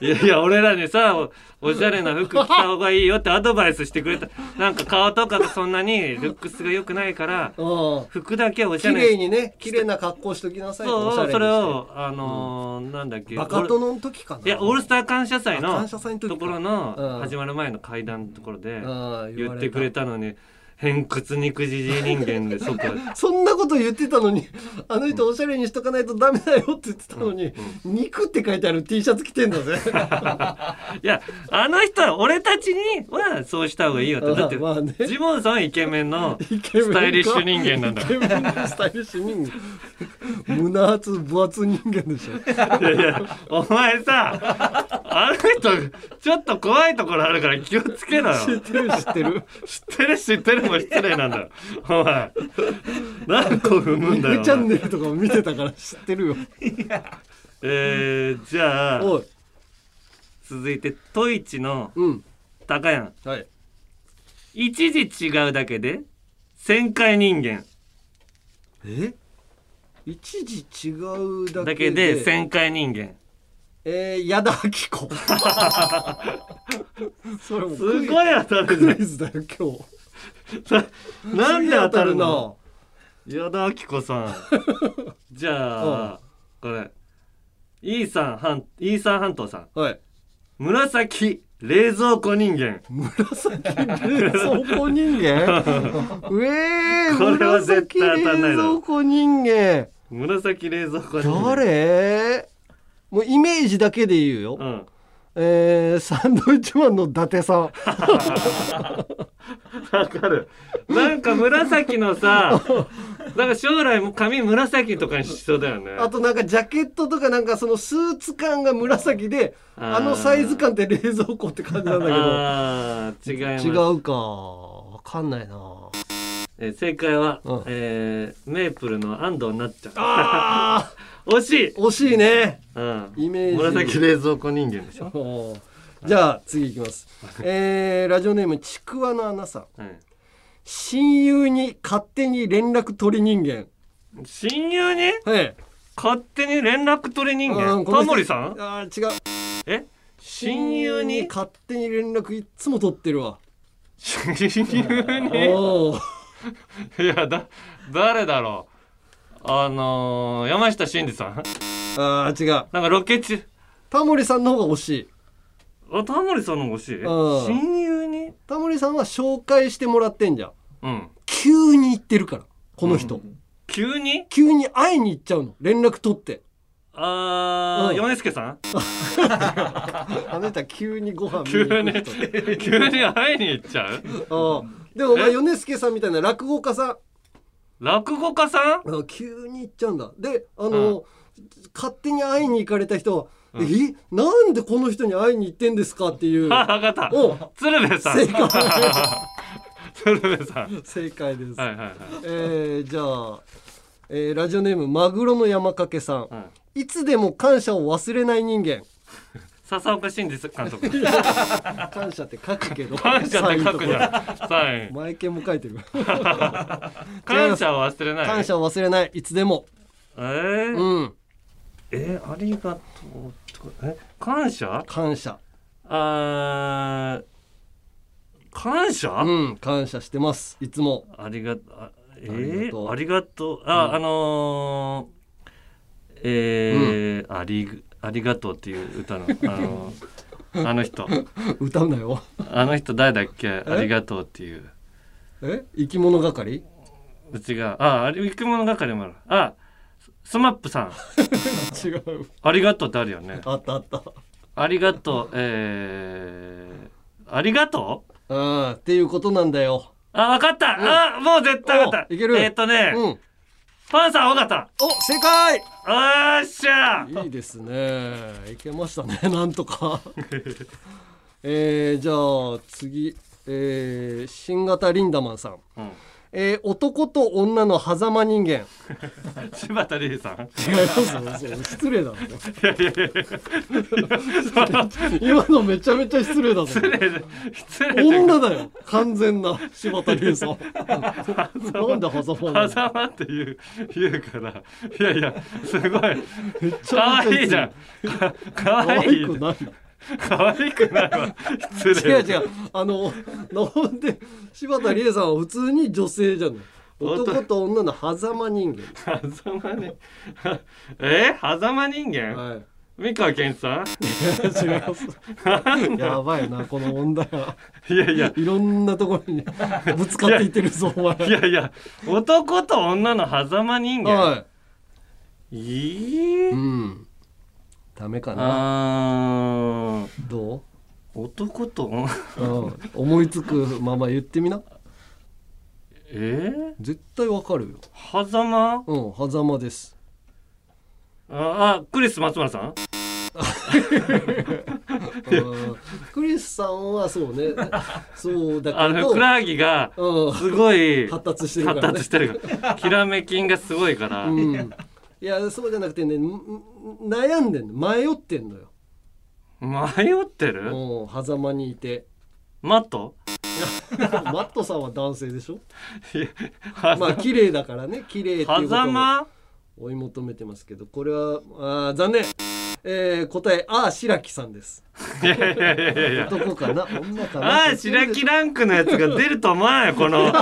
いやいや俺らにさおおしゃれな服着た方がいいよってアドバイスしてくれたなんか顔とかがそんなにルックスが良くないから
うん
服だけおしゃ
綺
れに
麗にね綺麗な格好しときなさいとおし
そ
ゃ
う
れにして
それをあのーなんだっけ
バカ殿の時かない
いやオールスター感謝祭
あ
の
感謝祭の時か
ところ
う
の
ん
始まる前の会談のところで
あー言わ
言
れた
ってくれたのに偏屈肉じじい人間で即
そんなこと言ってたのにあの人おしゃれにしとかないとダメだよって言ってたのに、肉って書いてある T シャツ着てんだ ぜ
いやあの人は俺たちにはそうした方がいいよってだって
あーまあね
ジモンさんはイケメンの
イケメン
ス
か
タイリッシュ人間なんだ
イケメンのスタイリッシュ人間胸厚分厚人間でしょ
いやいやお前さあの人ちょっと怖いところあるから気をつけろよ
知ってる知ってる
知ってる知ってるも失礼なんだよお前何個踏むんだよ
肉チャ
お
ン
前
ネルとかも見てたから知ってるよ
えー、じゃあ
おい
続いてトイチの
うん
高やん
はい
一時違うだけで旋回人間
え一時違うだ
だけ
けで
で旋回人間
えー、矢田亜希子 それもう
す
ク
ご
イ
い当たるじ
クイズだよ今 日
ゃんなんで当たるの
次
矢田亜希子さん じゃあこれイーサン半イーサン半島さん
当たるなはい
紫冷蔵庫人間
冷蔵庫人 間うえー、
これは絶対当たんないだろ
紫冷蔵庫人間
紫冷蔵庫人間
誰もうイメージだけで言うよ、
うん
えー、サンドイッチマンの伊達さん
わかるなんか紫の さなんか将来も髪紫とかにしそうだよね
あとなんかジャケットとかなんかそのスーツ感が紫で
あー
あのサイズ感って冷蔵庫って感じなんだけど
あー違います
違うかわかんないな
えー正解は、
うん
えーメープルの安藤なっちゃ
あ
ん 惜しい、
ー惜しいね
うん、
イメージ
紫冷蔵庫人間でしょ、
おーじゃあ次いきます、えー、ラジオネームちくわのアナさん
はい
親友に勝手に連絡取り人間
親友に
はい
勝手に連絡取り人
う
間
んこの
タ
人
モリさん
あー違う
え親友に
勝手に連絡いっつも取ってるわ
急に
おー
いやだ誰だろうあのー、山下真司さん
あー違う
なんかロケ中
タモリさんの方が惜しい
あタモリさんの方が欲しい
ん
親友に
タモリさんは紹介してもらってんじゃん
うん
急に行ってるからこの人、
急に
急に会いに行っちゃうの連絡取って
あ
う
ー
ん
米助さん
あなた急にご飯見
急
に行
に
く人
急に会いに行っちゃう
あーでもお前米助さんみたいな落語家さん
落語家さん
あ急に行っちゃうんだであの、勝手に会いに行かれた人は「えなんでこの人に会いに行ってんですか?」っ ていう
あ分かった
お
鶴瓶さん
正解
鶴瓶さん
正解です、
はいはいはい
えーじゃあ、えーラジオネームマグロの山かけさん、
ん
いつでも感謝を忘れない人間
笹岡真司監 督
感謝って書くけ ど
感謝って書くじ
サインとか
ゃんサイン
マイケンも書いてる
感謝は忘れない
感謝を忘れないいつでも
えー
うん
えーありがとうとえ感謝
感謝
あー感謝、
うん感謝してますいつも
ありがあえ
ありがと
ー、
う
ありがとうあ、あのー、えーありありがとうっていう歌のあの ーあの人
歌うなよ
あの人誰だっけありがとうっていう
え生き物係
うちがああれ生き物係もあるあスマップさん
違う
ありがとうってあるよね
あったあった
ありがとうえー、ありがとう
ああっていうことなんだよ
あわかった、あもう絶対わかった
おいける
えーっ、とね、
うん
パンさん尾形
お正解
おーっしゃ
いいですねいけましたね なんとかえー、じゃあ次えー、新型リンダマンさん、
うん
えー男と女の狭間人間
柴田理恵さん
違いますよそう失礼だ ろ
失
今のめちゃめちゃ失礼だぞ
礼失礼
女だよ完全な柴田理 恵さんなんで狭間なの
狭間って言う言うからいやいやすごい
めっち
可
ゃめ
愛
ちゃ失礼
いじゃんか可
可
愛
愛
い
くない
可愛くないわ失
違
礼
う違うあのなんで柴田理恵さんは普通に女性じゃない男と女の狭間人間
狭間に え狭間人間
はい。
三河健一さ
違います。やばいな、この問題は。
ん いやいや
いろんなところにぶつかっていってるぞ、お前。
いやいや男と女の狭間人間
はい
い
い。うん。ダメかな。
あー
ど
男と女
う、うん、思いつくまま言ってみな。
えー、
絶対わかるよ。
狭間
うん、狭間です。
ああクリス松村さん
うんクリスさんはそう ね。そう
あ
だけ
のふ
ど。
くらはぎが
うん。
すごい
発達してるか
発
らね
達。してるからきらめきんがすごいから、
うん。いや、そうじゃなくてね、んん悩んでんの。迷ってんのよ。
迷ってる、
うん、狭間にいて。
マット
マットさんは男性でしょ
いやは
まあ綺麗だからね綺麗っていうこと
狭
を
間
追い求めてますけどこれはあー残念、えー、答えああ白木さんです
いやいやいやいやい や
男かな女かな
ああ白木ランクのやつが出ると思わないこのこのコ
い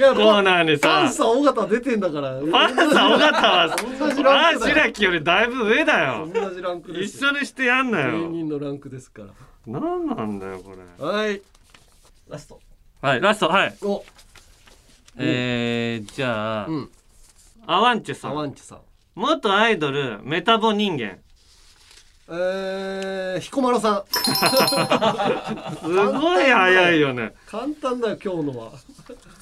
や
ーナーに
パ
さ
ンサー尾形出てんだから
パンさん尾形は
同じ
あ
ラン
あ
クだよ
白木よりだいぶ上だよ
同じランクで
一
すよ
緒にしてやんな
芸
よ
人のランクですか
何なんだよこれ
らはいラスト
はいラストはい
お
えー、じゃあ、
うん
アワンチュさ
アワ
ん
ンチュさん
元アイドルメタボ人間
えー、彦摩呂さん
すごい早いよね
簡単だよ今日のは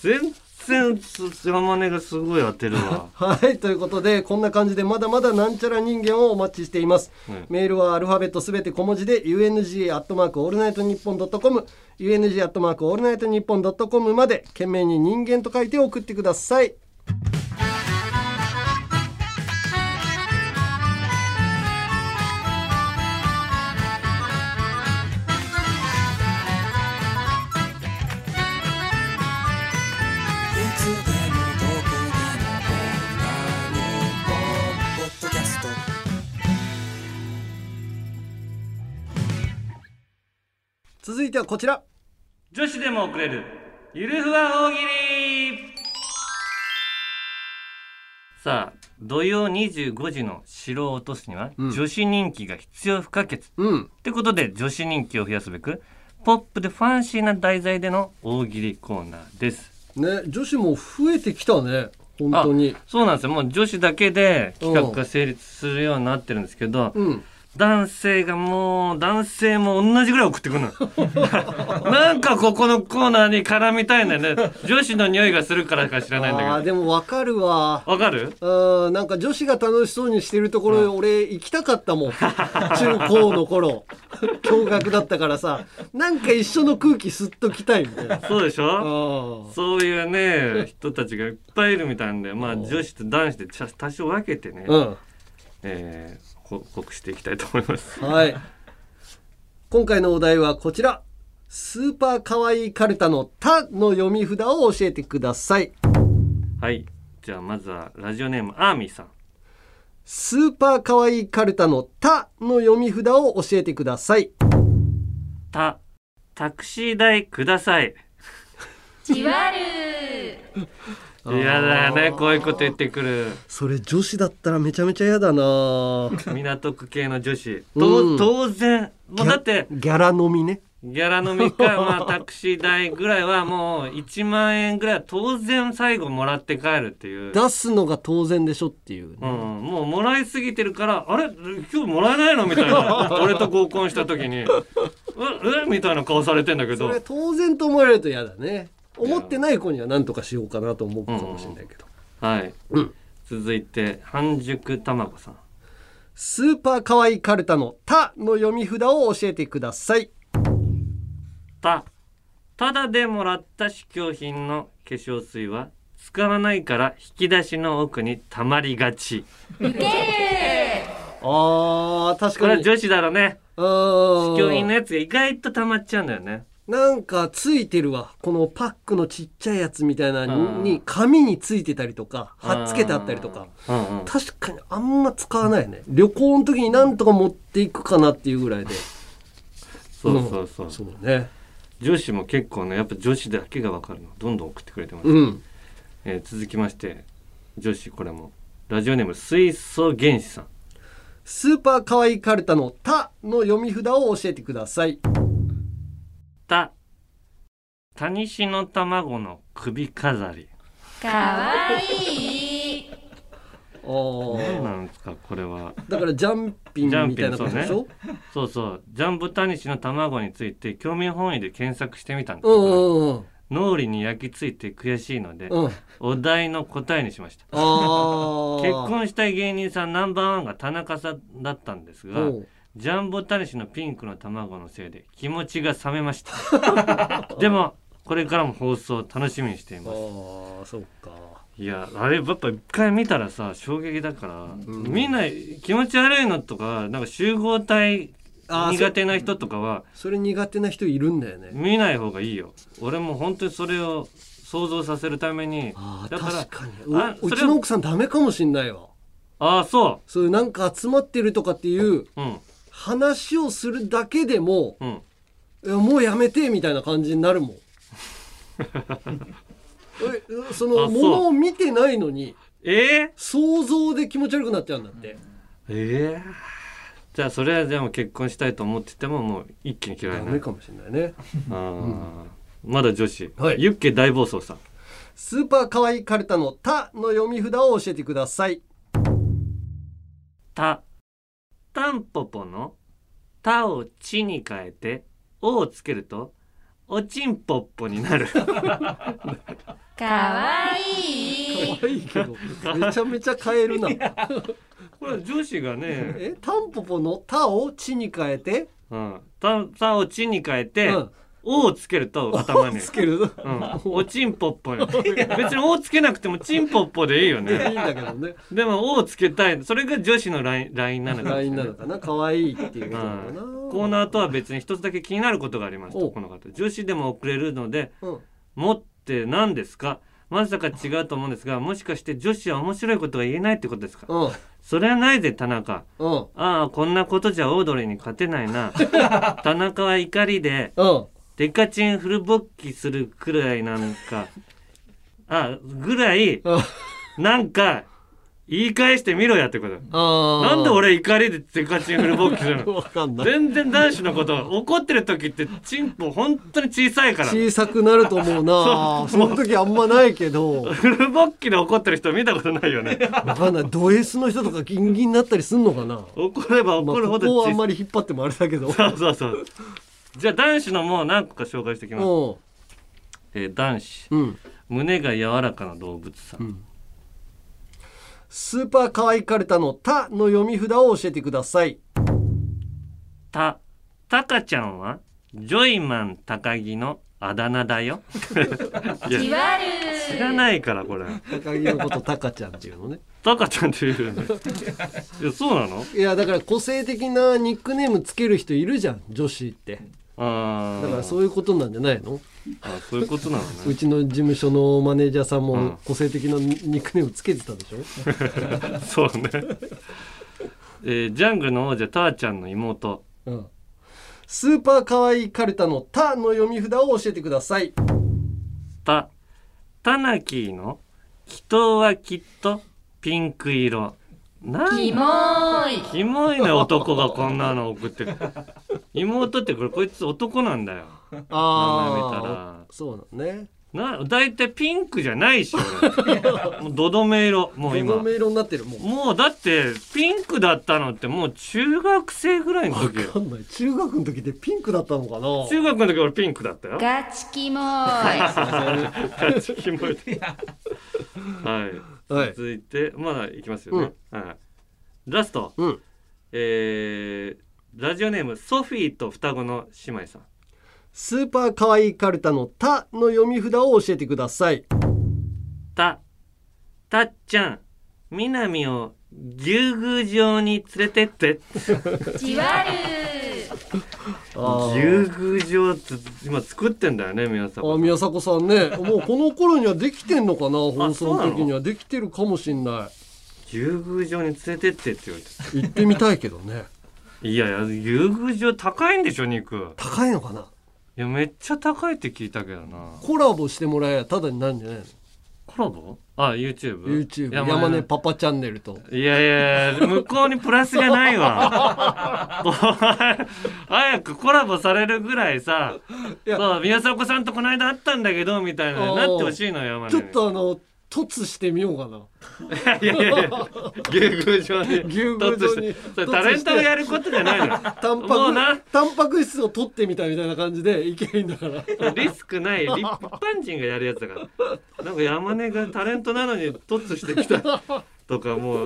全然山根がすごい当てるわ
はいということでこんな感じでまだまだなんちゃら人間をお待ちしています、
うん
メールはアルファベットすべて小文字で UNG アットマークオールナイトニッポンドットコム UNG アットマークオールナイトニッポンドットコムまで懸命に人間と書いて送ってください続いてはこちら
女子でも送れるゆるふわ大喜利さあ土曜25時の城を落とすには、
うん
女子人気が必要不可欠
うん
ってことで女子人気を増やすべくポップでファンシーな題材での大喜利コーナーです
ね女子も増えてきたね本当に
そうなんですよもう女子だけで企画が成立するようになってるんですけど、
うん
男性がもう男性も同じぐらい送ってくるの なんかここのコーナーに絡みたいんだよね女子の匂いがするからか知らないん
あ
だ
ー
け
でもわかるわ
どわかる
うんなんか女子が楽しそうにしてるところ、俺行きたかったもん中高の 頃驚愕だったからさなんか一緒の空気吸っときたいみたいな
そうでし
あ
ょ
ー
そういうね人たちがいっぱいいるみたいなんでまあ女子と男子でちゃ多少分けてね、
うん
えー、報告していきたいと思います
はい。今回のお題はこちら。スーパーかわいいカルタの「た」の読み札を教えてください。
はいじゃあまずはラジオネームアーミーさん
スーパーかわいいカルタの「た」の読み札を教えてください。
たタクシー代ください
じわる
嫌だよねこういうこと言ってくる
それ女子だったらめちゃめちゃ嫌だな
港区系の女子
うん
と当然もうだって
ギャラ飲みね。
ギャラ飲みか、まあ、タクシー代ぐらいはもう1万円ぐらいは当然最後もらって帰るっていう、
出すのが当然でしょっていう、
うん、
ね
もうもらいすぎてるからあれ今日もらえないのみたい な俺と合コンした時に「え えみたいな顔されてんだけ
それ
ど
は当然と思われると嫌だね。思ってない子には何とかしようかなと思うかもしれないけど。
はい、
うん
続いて半熟卵さん
スーパーかわいいカルタの「た」の読み札を教えてください。
たただでもらった試供品の化粧水は使わないから引き出しの奥にたまりがち
あー確
こ
か
れ
に
は女子だろうね
うん
試供品のやつが意外とたまっちゃうんだよね
なんかついてるわこのパックのちっちゃいやつみたいなの
うん
に紙についてたりとか貼っつけてあったりとか
うんうん
確かにあんま使わないね旅行の時になんとか持っていくかなっていうぐらいで
そうそうそう、
そうね
女子も結構ねやっぱ女子だけが分かるのどんどん送ってくれてます、
うん
えー続きまして女子これもラジオネーム水素原子さん
スーパーかわいいカルタの「た」の読み札を教えてください
たタニシの卵の首飾り
あー
何なんですかこれは
だからジャンピンみたいなことでしょ
そうそうジャンボタニシの卵について興味本位で検索してみたんです
う
け
んう
ど
んうん
脳裏に焼き付いて悔しいので、
うんあ
お題の答えにしました
あ
結婚したい芸人さんナンバーワンが田中さんだったんですが
おう
ジャンボタニシのピンクの卵のせいで気持ちが冷めました でもこれからも放送を楽しみにしてい
あ
ます
ーそうか
いやあれやっぱ一回見たらさ衝撃だから、みんな気持ち悪いのとかなんか集合体
あー
苦手な人とかは
それ苦手な人いるんだよね。
見ない方がいいよ俺も本当にそれを想像させるために
ああ
だから
確かに
あ
う。う
それ
ち
は
の奥さんダメかもしんないわ。
ああそ
そういうなんか集まってるとかっていう
ううん
話をするだけでも、
うん
いやもうやめてみたいな感じになるも ん。えその
あそう
ものを見てないのに
えー、
想像で気持ち悪くなっちゃうんだって。
ええじゃあそれはでも結婚したいと思っててももう一気に嫌い
ダ
にな
メ
る
かもしんないね。
あーまだ女子、
はい
ユッケ大暴走さん
スーパーかわいいカルタの「た」の読み札を教えてください。
たタンポポの「た」を「ち」に変えて「お」をつけると「おちんぽっぽ」に なる
可愛いけどめちゃめちゃ変えるな。
これは女子がね
えタンポポの「た」を「ち」に変えて
「うん、た」たを「ち」に変えて「
うん
お」をつけると頭に
つける
うん、おちんぽっぽよ別に「お」つけなくても「ちんぽっぽ」でいいよ
いい
ね
んだけどね。
でも「お」をつけたいそれが女子のラインラインなのかもしれ
ラインなのかな、可愛いっていうことなのかな。
コーナーとは別に一つだけ気になることがありました
お
この方女子でも送れるので
うん
「持って何ですか?」まさか違うと思うんですがもしかして女子は面白いことが言えないってことですか
うん、
それはないぜ田中
うん、
ああこんなことじゃオードリーに勝てないな田中は怒りで
うん。
デカチンフル勃起するくらいなんか、あ、ぐらい、なんか、言い返してみろやってこと。
あ
なんで俺怒りでデカチンフル勃起するの
わかんない
全然男子のこと、怒ってる時ってチンポ本当に小さいから。
小さくなると思うなその時あんまないけど
フル勃起で怒ってる人見たことないよね。
わかんないド S の人とかギンギンになったりすんのかな
怒れば
まあ
怒るほ
こ
ど
こはあ
小
ん
さ
ま
い。
り引っ張ってもあれだけどう
そうそうそう。じゃあ男子のもう何個か紹介していきます。
ん
えー男子、
うん
胸が柔らかな動物さん。
スーパー可愛かるたの「た」の読み札を教えてください
た、たかちゃんは、ジョイマン高木のあだ名だよ。いや知らないから、これ。
高木のことタカちゃんっていうのね
たかちゃんって言うの。いや、そうなの
いやだから個性的なニックネームつける人いるじゃん女子って
あ
だから
ー
そういうことなんじゃないの
あ、そういうことなの
う
ね。
ちの事務所のマネージャーさん
うん
も個性的なニックネームつけてたでしょ
そうね。えージャングルの王者、たーちゃんの妹。
うんスーパー可愛いカルタの「た」の読み札を教えてください
た、たなきーの、人はきっとピンク色。なんだキモいね男がこんなの送ってくる妹ってこれこいつ男なんだよ
ああそうだね
な大体ピンクじゃないし俺もうどどめ色もう
この
今
メ色になってるもう
もうだってピンクだったのってもう中学生ぐらいの時よ
わかんない中学の時ってピンクだったのかな
中学の時俺ピンクだったよ
ガチキモーい
ガチキモいはい、
はい
続いてまだいきますよね、はい、ラスト、
うん
えーラジオネームソフィーと双子の姉妹さん
スーパー可愛いカルタの「た」の読み札を教えてください
た、たっちゃん、みなみを牛宮城に連れてって。
あ
牛
ー
宮城って今作ってんだよね、皆さん。
あ宮迫さんねもうこの頃にはできてんのかな放
そう
送
なの
の時にはできてるかもしんな
牛宮城に連れてってって言われて。
い行ってみたいけどね
いやいや、牛宮城高いんでしょ、肉。
高いのかない
や、めっちゃ高いって聞いたけどな。
コラボしてもらえばただになるんじゃないの
コラボあ、YouTube。
YouTube 山根
パ
パパチャンネルと
いやいや向こうにプラスがないわ お前早くコラボされるぐらいさ
や
そう宮迫さんとこの間会ったんだけどみたいな
おー
なってほしいのよ山根
ちょ
に
っとあの凸してみようかない
やい やいや牛宮城に
牛宮城に
突してそれタレントがやることじゃないの
タン
もう
パ
な
クタンパク質を取ってみたみたいな感じでいけばいいんだ から
リスクない一般人がやるやつだからなんか山根がタレントなのに突してきたとかも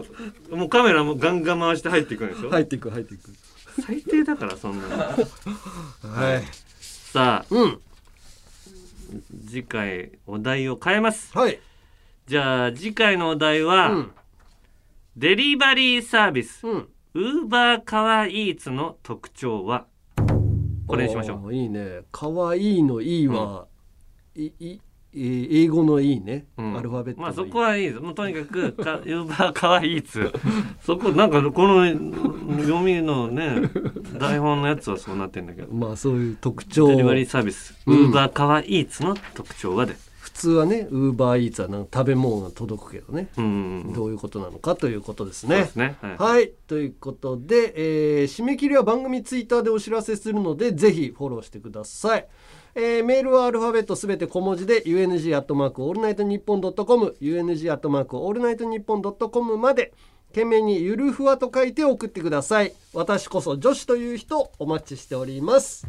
うもうカメラもガンガン回して入っていくんでしょ、
入っていく入っていく
最低だからそんなの
はい
さあ
うん
次回お題を変えます
はい
じゃあ次回のお題は、
うん
デリバリーサービス
うん
ウーバーカワイーツの特徴はこれにしましょう
ういいね可愛いのいいは、いいい英語のいいね、
うん
アルファベット
ま
のい
あ
い
そこはいいですもうとにかくかウーバーカワイーツそこなんかこの読みのね台本のやつはそうなってんだけど
まあそういう特徴
デリバリーサービスウ
うん
ーバーカワイーツの特徴はで
普通はねウーバーイーツはなんか食べ物が届くけどね、
うん
どういうことなのかということです
そう
ね
ですねはい、
はいということで、えー締め切りは番組ツイッターでお知らせするのでぜひフォローしてください、えーメールはアルファベットすべて小文字で UNG アットマークオールナイトニッポンドットコム UNG アットマークオールナイトニッポンドットコムまで懸命にゆるふわと書いて送ってください私こそ女子という人お待ちしております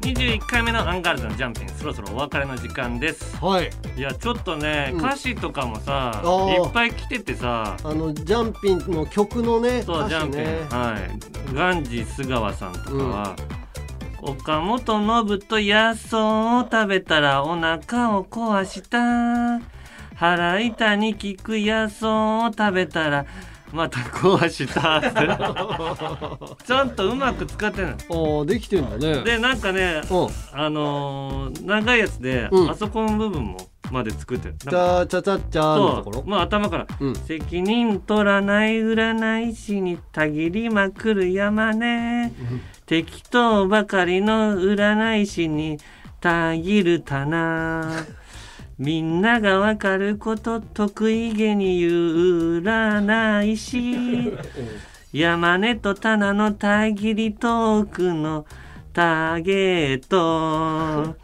21回目のアンガールズのジャンピンそろそろお別れの時間です
はい
いやちょっとね、
うん
歌詞とかもさ
あー
いっぱい来ててさ
あのジャンピンの曲のね
そう、ジ
歌
ャ
詞
ンピン、
ね
はいガンジー須川さんとかは、岡本信と野草を食べたらお腹を壊した腹痛に効く野草を食べたらまた壊した ちゃんとうまく使ってない
ああできてんだね
でなんかね
うん
あのー長いやつで、
うん
あそこの部分もまで作ってる
チャチャチャチャのとこ
そう
ろ
まあ頭から、
うん
責任取らない占い師にたぎりまくる山ね、適当ばかりの占い師にたぎる棚みんながわかること得意げに言う占い 師山根と棚のたぎりトークのターゲッ ト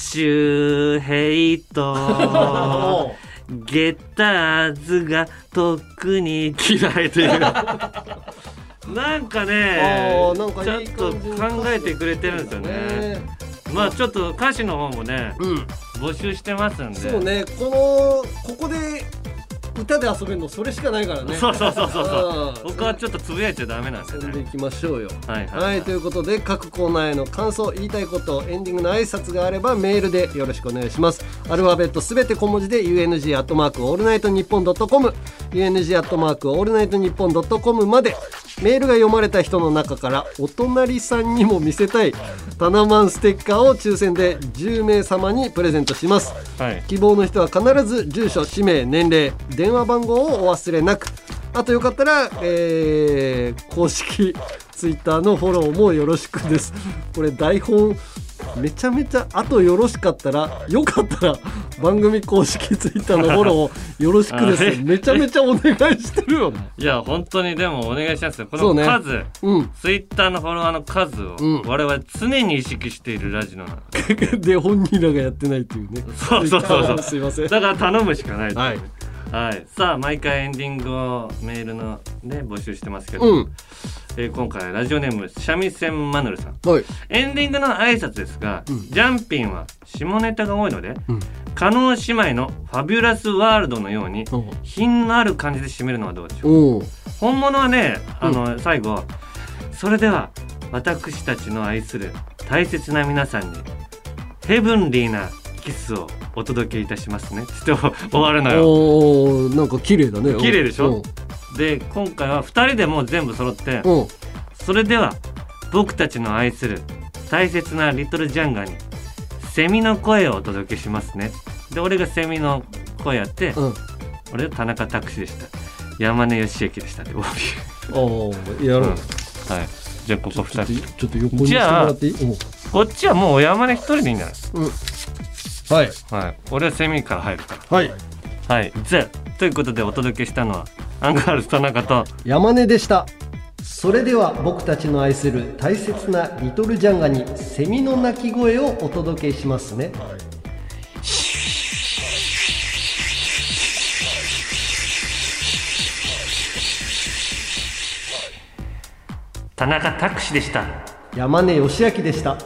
周平とゲッターズがとっくに嫌いと いうなんかね
あーなんか
ちょっ
いい
と
感じに
考えてくれてるんですよねまあちょっと歌詞の方もね
うん
募集してますんで
そうねこのここで歌で遊べるのそれしかないからね
そうそうそうそう
あー
僕はちょっとつぶやいちゃダメなんです
遊
よ
んでい
ね
きましょうよ
はいはい、
はいということで各コーナーへの感想言いたいことエンディングの挨拶があればメールでよろしくお願いしますアルファベットすべて小文字で UNG アットマークオールナイトニッポンドットコム UNG アットマークオールナイトニッポンドットコムまでメールが読まれた人の中からお隣さんにも見せたいタナマンステッカーを抽選で10名様にプレゼントします
はい
希望の人は必ず住所氏名年齢電話番号をお忘れなくあとよかったら、えー公式ツイッターのフォローもよろしくですこれ台本めちゃめちゃあとよろしかったらよかったら番組公式ツイッターのフォローをよろしくで
あれ
すめちゃめちゃお願いしてるよね
いや本当にでもお願いしますよこ
そ
の
うね
数、
うん
ツイッターのフォロワーの数を
うん
我々常に意識しているラジオなの、
で本人らがやってないっていうね
そうそうそうそう
すいません
だから頼むしかないと
はい、
はい、さあ毎回エンディングをメールのね募集してますけど、
うん
えー今回ラジオネーム三味線マヌルさん
はい
エンディングの挨拶ですが、ジャンピンは下ネタが多いので、
うん
加納姉妹の「ファビュラスワールド」のように
おう
品のある感じで締めるのはどうでしょう
おう
本物はねあの、最後それでは私たちの愛する大切な皆さんにヘブンリーなキスをお届けいたしますねって終わるのよ
おーなんか綺麗だね
綺麗でしょ
うん
で今回は2人でもう全部揃って
うん
それでは僕たちの愛する大切なリトルジャンガーにセミの声をお届けしますねで俺がセミの声やって、
うん
俺は田中拓司でした山根義之でしたって終わり
おーやろう、
うんはいじゃあここ2人
ちょっと横にしてもらっていい
こっちはもう山根一人でいいんじゃないです
はい
かはい俺はセミから入るか
はい
らはいじゃあということでお届けしたのはアンガールズ田中と
山根でしたそれでは僕たちの愛する大切なリトルジャンガにセミの鳴き声をお届けしますね
田中拓司でした
山根義明でした